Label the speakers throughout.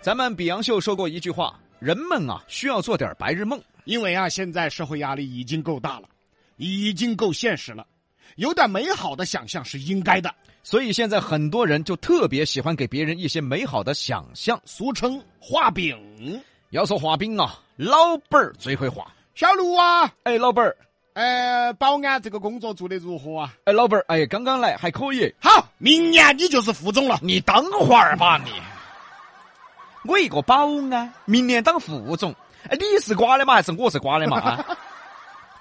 Speaker 1: 咱们比洋秀说过一句话：人们啊，需要做点白日梦。
Speaker 2: 因为啊，现在社会压力已经够大了，已经够现实了，有点美好的想象是应该的，
Speaker 1: 所以现在很多人就特别喜欢给别人一些美好的想象。
Speaker 2: 俗称画饼。
Speaker 1: 要说画饼啊，老板儿最会画。
Speaker 2: 小卢啊，
Speaker 1: 哎，老板儿，
Speaker 2: 呃，保安这个工作做得如何啊？
Speaker 1: 哎，老板儿，哎，刚刚来还可以。
Speaker 2: 好，明年你就是副总了。
Speaker 1: 你当会儿吧你。 我一个保安，明年当副总，哎，你是瓜的嘛，还是我是瓜的嘛？ 啊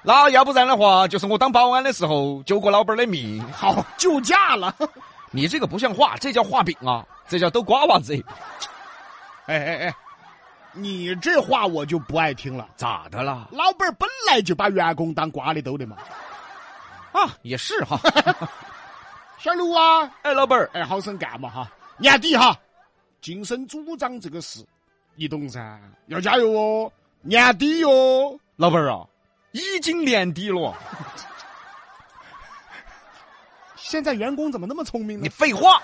Speaker 1: 那要不然的话，就是我当保安的时候救过老板儿的命。
Speaker 2: 好，救驾了。
Speaker 1: 你这个不像话，这叫画饼啊，这叫逗瓜娃子。
Speaker 2: 哎哎哎，你这话我就不爱听了。
Speaker 1: 咋的了？
Speaker 2: 老板儿本来就把员工当瓜的兜的嘛。
Speaker 1: 啊，也是哈。
Speaker 2: 小卢啊，
Speaker 1: 哎，老板儿，
Speaker 2: 哎，好生干嘛哈？年底哈，晋升组长这个事，你懂噻？要加油哦，年底哟。
Speaker 1: 老板儿啊，已经年底了，
Speaker 2: 现在员工怎么那么聪明
Speaker 1: 你
Speaker 2: 呢？
Speaker 1: 废 话，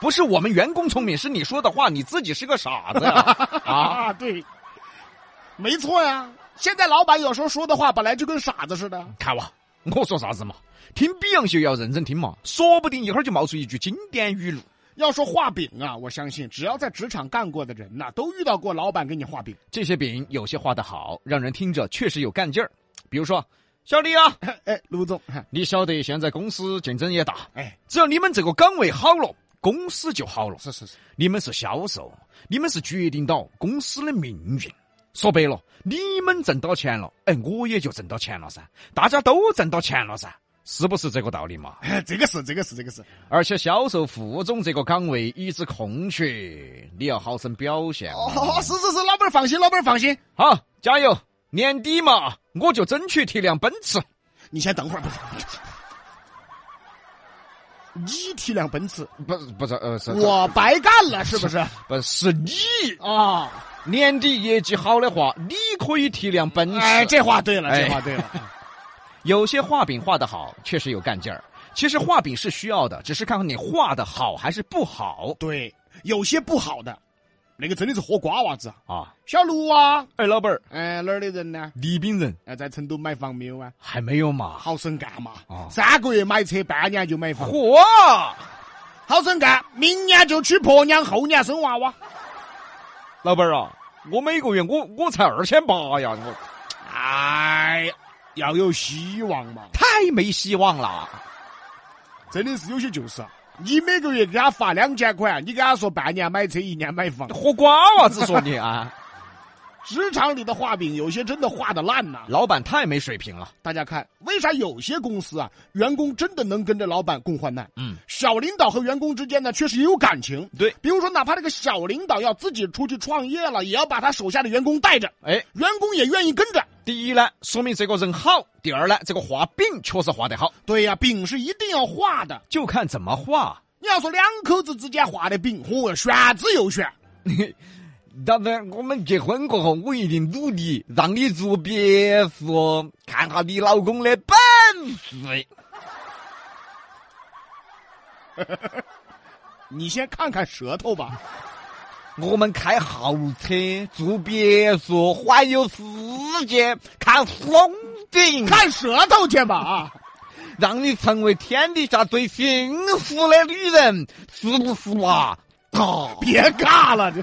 Speaker 1: 不是我们员工聪明，是你说的话，你自己是个傻子 呀、啊！
Speaker 2: 啊， 对，没错呀。现在老板有时候说的话本来就跟傻子似的。
Speaker 1: 看我，我说啥子嘛？听比洋秀要认真听嘛，说不定一会儿就冒出一句经典语录。
Speaker 2: 要说画饼啊，我相信只要在职场干过的人呐、都遇到过老板给你画饼。
Speaker 1: 这些饼有些画的好，让人听着确实有干劲儿。比如说，小李啊，
Speaker 2: 哎，卢总，
Speaker 1: 你晓得现在公司竞争也大，
Speaker 2: 哎，
Speaker 1: 只要你们这个岗位好了，公司就好了。
Speaker 2: 是是是，
Speaker 1: 你们是销售，你们是决定到公司的命运。说白了，你们挣到钱了，哎，我也就挣到钱了噻，大家都挣到钱了噻，是不是这个道理嘛？
Speaker 2: 哎，这个是这个是这个是，
Speaker 1: 而且销售副总这个岗位一直空缺，你要好生表现嘛。
Speaker 2: 哦，是是是，老板儿放心，老板儿放心。
Speaker 1: 好，加油！年底嘛，我就争取提辆奔驰。
Speaker 2: 你先等会儿，不是，你提辆奔驰，
Speaker 1: 不是不是呃是我
Speaker 2: 我白干了是不是？
Speaker 1: 不是是你
Speaker 2: 啊，
Speaker 1: 年底业绩好的话，你可以提辆奔驰。
Speaker 2: 哎，这话对了，
Speaker 1: 哎
Speaker 2: 这话对了，
Speaker 1: 有些画饼画得好，确实有干劲儿。其实画饼是需要的，只是看看你画的好还是不好
Speaker 2: 对，有些不好的，那个真的是活瓜娃子啊。
Speaker 1: 啊。
Speaker 2: 小卢啊，
Speaker 1: 哎，老板儿，
Speaker 2: 哎，哪儿的人呢？
Speaker 1: 李冰人
Speaker 2: 哎，在成都买房没有啊？
Speaker 1: 还没有嘛？
Speaker 2: 好生干嘛？
Speaker 1: 啊
Speaker 2: 三个月买车，半年就买房，
Speaker 1: 嚯，
Speaker 2: 好生干，明年就娶婆娘，后年生娃娃。
Speaker 1: 老板儿啊，我每个月我我才二千八呀，我
Speaker 2: 哎，要有希望嘛！
Speaker 1: 太没希望了。
Speaker 2: 真的是有些就是啊，你每个月给他发两千块，啊你给他说半年买车，一年买房。
Speaker 1: 活瓜娃子说你啊，
Speaker 2: 职场里的画饼，有些真的画的烂呐、
Speaker 1: 老板太没水平了。
Speaker 2: 大家看，为啥有些公司啊，员工真的能跟着老板共患难？
Speaker 1: 嗯，
Speaker 2: 小领导和员工之间呢，确实也有感情。
Speaker 1: 对，
Speaker 2: 比如说，哪怕这个小领导要自己出去创业了，也要把他手下的员工带着，
Speaker 1: 哎，
Speaker 2: 员工也愿意跟着。
Speaker 1: 第一呢，说明这个人好；第二呢，这个画饼确实画得好，
Speaker 2: 对呀、饼是一定要画的。
Speaker 1: 就看怎么画。
Speaker 2: 你要说两口子之间画的饼，嚯，选之又选。
Speaker 1: 当然，我们结婚过后，我一定努力让你住别墅，看下你老公的本事。
Speaker 2: 你先看看舌头吧。
Speaker 1: 我们开豪车，住别墅，环游世界，看风景，
Speaker 2: 看舌头去吧啊！
Speaker 1: 让你成为天底下最幸福的女人，是不是嘛？啊！
Speaker 2: 别尬了， 这。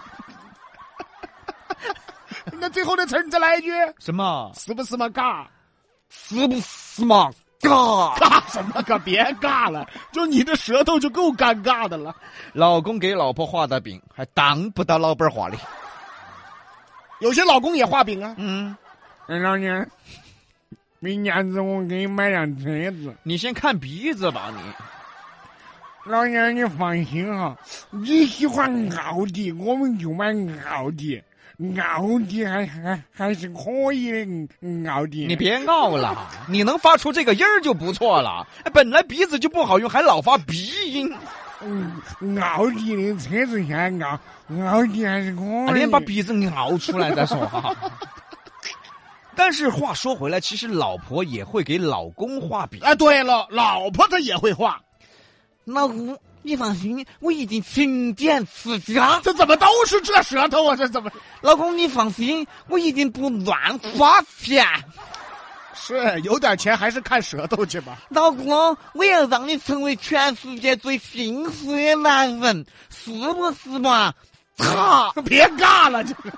Speaker 2: 那最后的词儿你再来一句，
Speaker 1: 什么？
Speaker 2: 是不是嘛？尬
Speaker 1: 是不是嘛？啊！
Speaker 2: 尬什么尬？别尬了，就你的舌头就够尴尬的了。
Speaker 1: 老公给老婆画的饼，还当不到老板儿画的。
Speaker 2: 有些老公也画饼啊，
Speaker 1: 嗯，
Speaker 3: 老娘，明年子我给你买辆车子。
Speaker 1: 你先看鼻子吧，你
Speaker 3: 老娘，你放心哈，你喜欢奥迪，我们就买奥迪。奥迪还还还是可以的，奥迪。
Speaker 1: 你别傲了，你能发出这个音儿就不错了。哎本来鼻子就不好用，还老发鼻音，
Speaker 3: 嗯，奥迪的车子现在奥奥迪还是可以。
Speaker 1: 啊连把鼻子拗出来再说哈。但是话说回来，其实老婆也会给老公画饼。
Speaker 2: 哎，对了，老婆她也会画，
Speaker 1: 老公，你放心，我一定勤俭持家。
Speaker 2: 这怎么都是这舌头啊？这怎么
Speaker 1: 老公，你放心，我一定不乱花钱。
Speaker 2: 是有点钱还是看舌头去吧？
Speaker 1: 老公，我要让你成为全世界最幸福的男人，是不是嘛？ 操！
Speaker 2: 别尬了，这个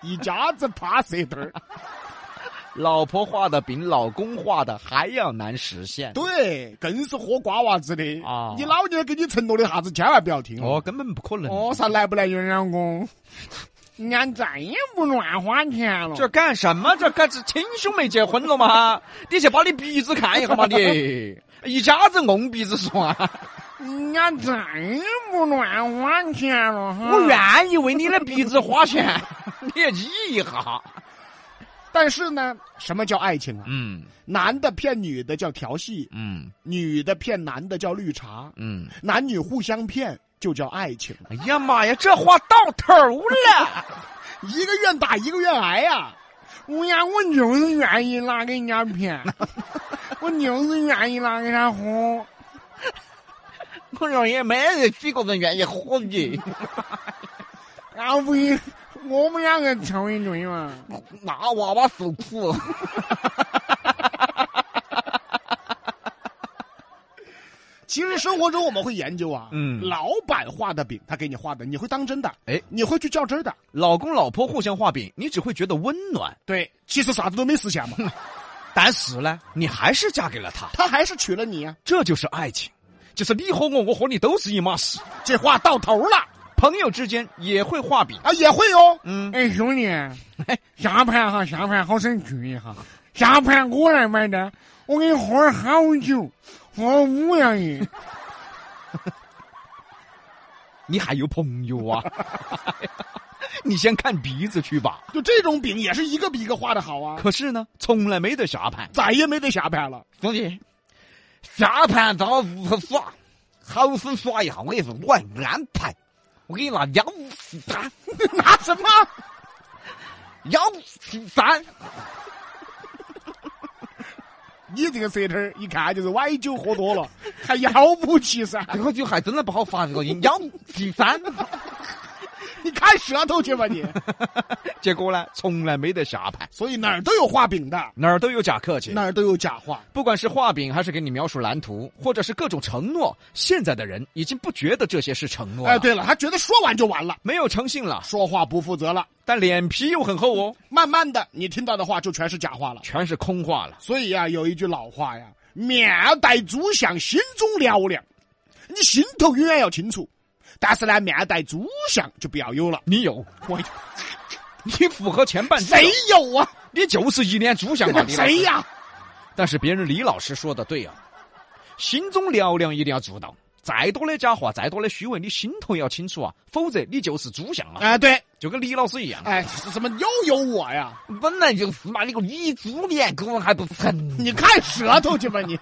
Speaker 2: 一家子爬舌头 儿。
Speaker 1: 老婆画的比老公画的还要难实现。
Speaker 2: 对，更是喝瓜娃子的
Speaker 1: 啊
Speaker 2: 你老娘给你承诺的啥子，千万不要听
Speaker 1: 哦，。根本不可能。
Speaker 2: 哦，啥来不来月亮公？
Speaker 3: 俺再也不乱花钱了。
Speaker 1: 这干什么？这干这亲兄妹结婚了吗？你去把你鼻子看一下嘛！你 一家子硬鼻子说啊，
Speaker 3: 俺再也不乱花钱了哈。
Speaker 1: 我愿意为你的鼻子花钱， 你也医一下。
Speaker 2: 但是呢，什么叫爱情啊？
Speaker 1: 嗯
Speaker 2: 男的骗女的叫调戏，
Speaker 1: 嗯
Speaker 2: 女的骗男的叫绿茶，
Speaker 1: 嗯。
Speaker 2: 男女互相骗就叫爱情。
Speaker 1: 哎呀妈呀，这话到头了。
Speaker 2: 一个愿打一个愿挨啊呀、
Speaker 3: 我呀，我就是愿意拿给人家骗， 我就是愿意拿给他喝。
Speaker 1: 我说也没人几个人愿意喝 你，
Speaker 3: 要不一我们两个凑一对嘛？
Speaker 1: 那娃娃受苦。
Speaker 2: 其实生活中我们会研究啊，
Speaker 1: 嗯
Speaker 2: 老板画的饼，他给你画的，你会当真的，
Speaker 1: 哎
Speaker 2: 你会去较真儿的，
Speaker 1: 老公老婆互相画饼，你只会觉得温暖，
Speaker 2: 对，其实啥子都没实现嘛，
Speaker 1: 但是呢，你还是嫁给了他，
Speaker 2: 他还是娶了你啊，
Speaker 1: 这就是爱情，就是你和我，我和你都是一码事。
Speaker 2: 这话到头了
Speaker 1: 朋友之间也会画饼，
Speaker 2: 啊，也会哦，
Speaker 1: 嗯，
Speaker 3: 哎，兄弟，下盘哈，下盘好生聚一下。下盘我来买单，我给你喝了好酒，喝五粮液。
Speaker 1: 你还有朋友啊？ 你先看鼻子去吧。
Speaker 2: 就这种饼也是一个比一个画的好啊，
Speaker 1: 可是呢，从来没得下盘，
Speaker 2: 咋也没得下盘了，
Speaker 1: 兄弟，下盘到屋头耍，好生耍一下。我跟你说，我还安排，我给你拿幺五十三，
Speaker 2: 拿什么？
Speaker 1: 幺五十三，
Speaker 2: 你这个舌头儿一看就是歪酒喝多了，还幺五七三，
Speaker 1: 这个酒还真的不好发这个音，幺五十三。
Speaker 2: 你看舌头去吧你，
Speaker 1: 结果呢，从来没得下盘，
Speaker 2: 所以哪儿都有画饼的，
Speaker 1: 哪儿都有假客气。
Speaker 2: 哪儿都有假画。
Speaker 1: 不管是画饼，还是给你描述蓝图，或者是各种承诺，现在的人已经不觉得这些是承诺了。
Speaker 2: 哎，，对了，他觉得说完就完了，
Speaker 1: 没有诚信了，
Speaker 2: 说话不负责了。
Speaker 1: 但脸皮又很厚哦，
Speaker 2: 慢慢的，你听到的话就全是假话了。
Speaker 1: 全是空话了。
Speaker 2: 所以呀、啊有一句老话呀，“面带猪相，心中嘹亮”，你心头永远要清楚。但是呢，面带猪相就不要有了。
Speaker 1: 你有，
Speaker 2: 我
Speaker 1: 你符合前半句
Speaker 2: 谁有啊？
Speaker 1: 你就是一脸猪相啊，李老师
Speaker 2: 谁？呀、
Speaker 1: 但是别人李老师说的对啊，心中嘹亮一定要做到。再多的假话，再多的虚伪，你心头要清楚啊，否则你就是猪相啊，
Speaker 2: 哎，对，
Speaker 1: 就跟李老师一样。
Speaker 2: 哎，什么又有我呀？
Speaker 1: 哎本来就是嘛，你个李猪脸，可能还不成。
Speaker 2: 你看舌头去吧你。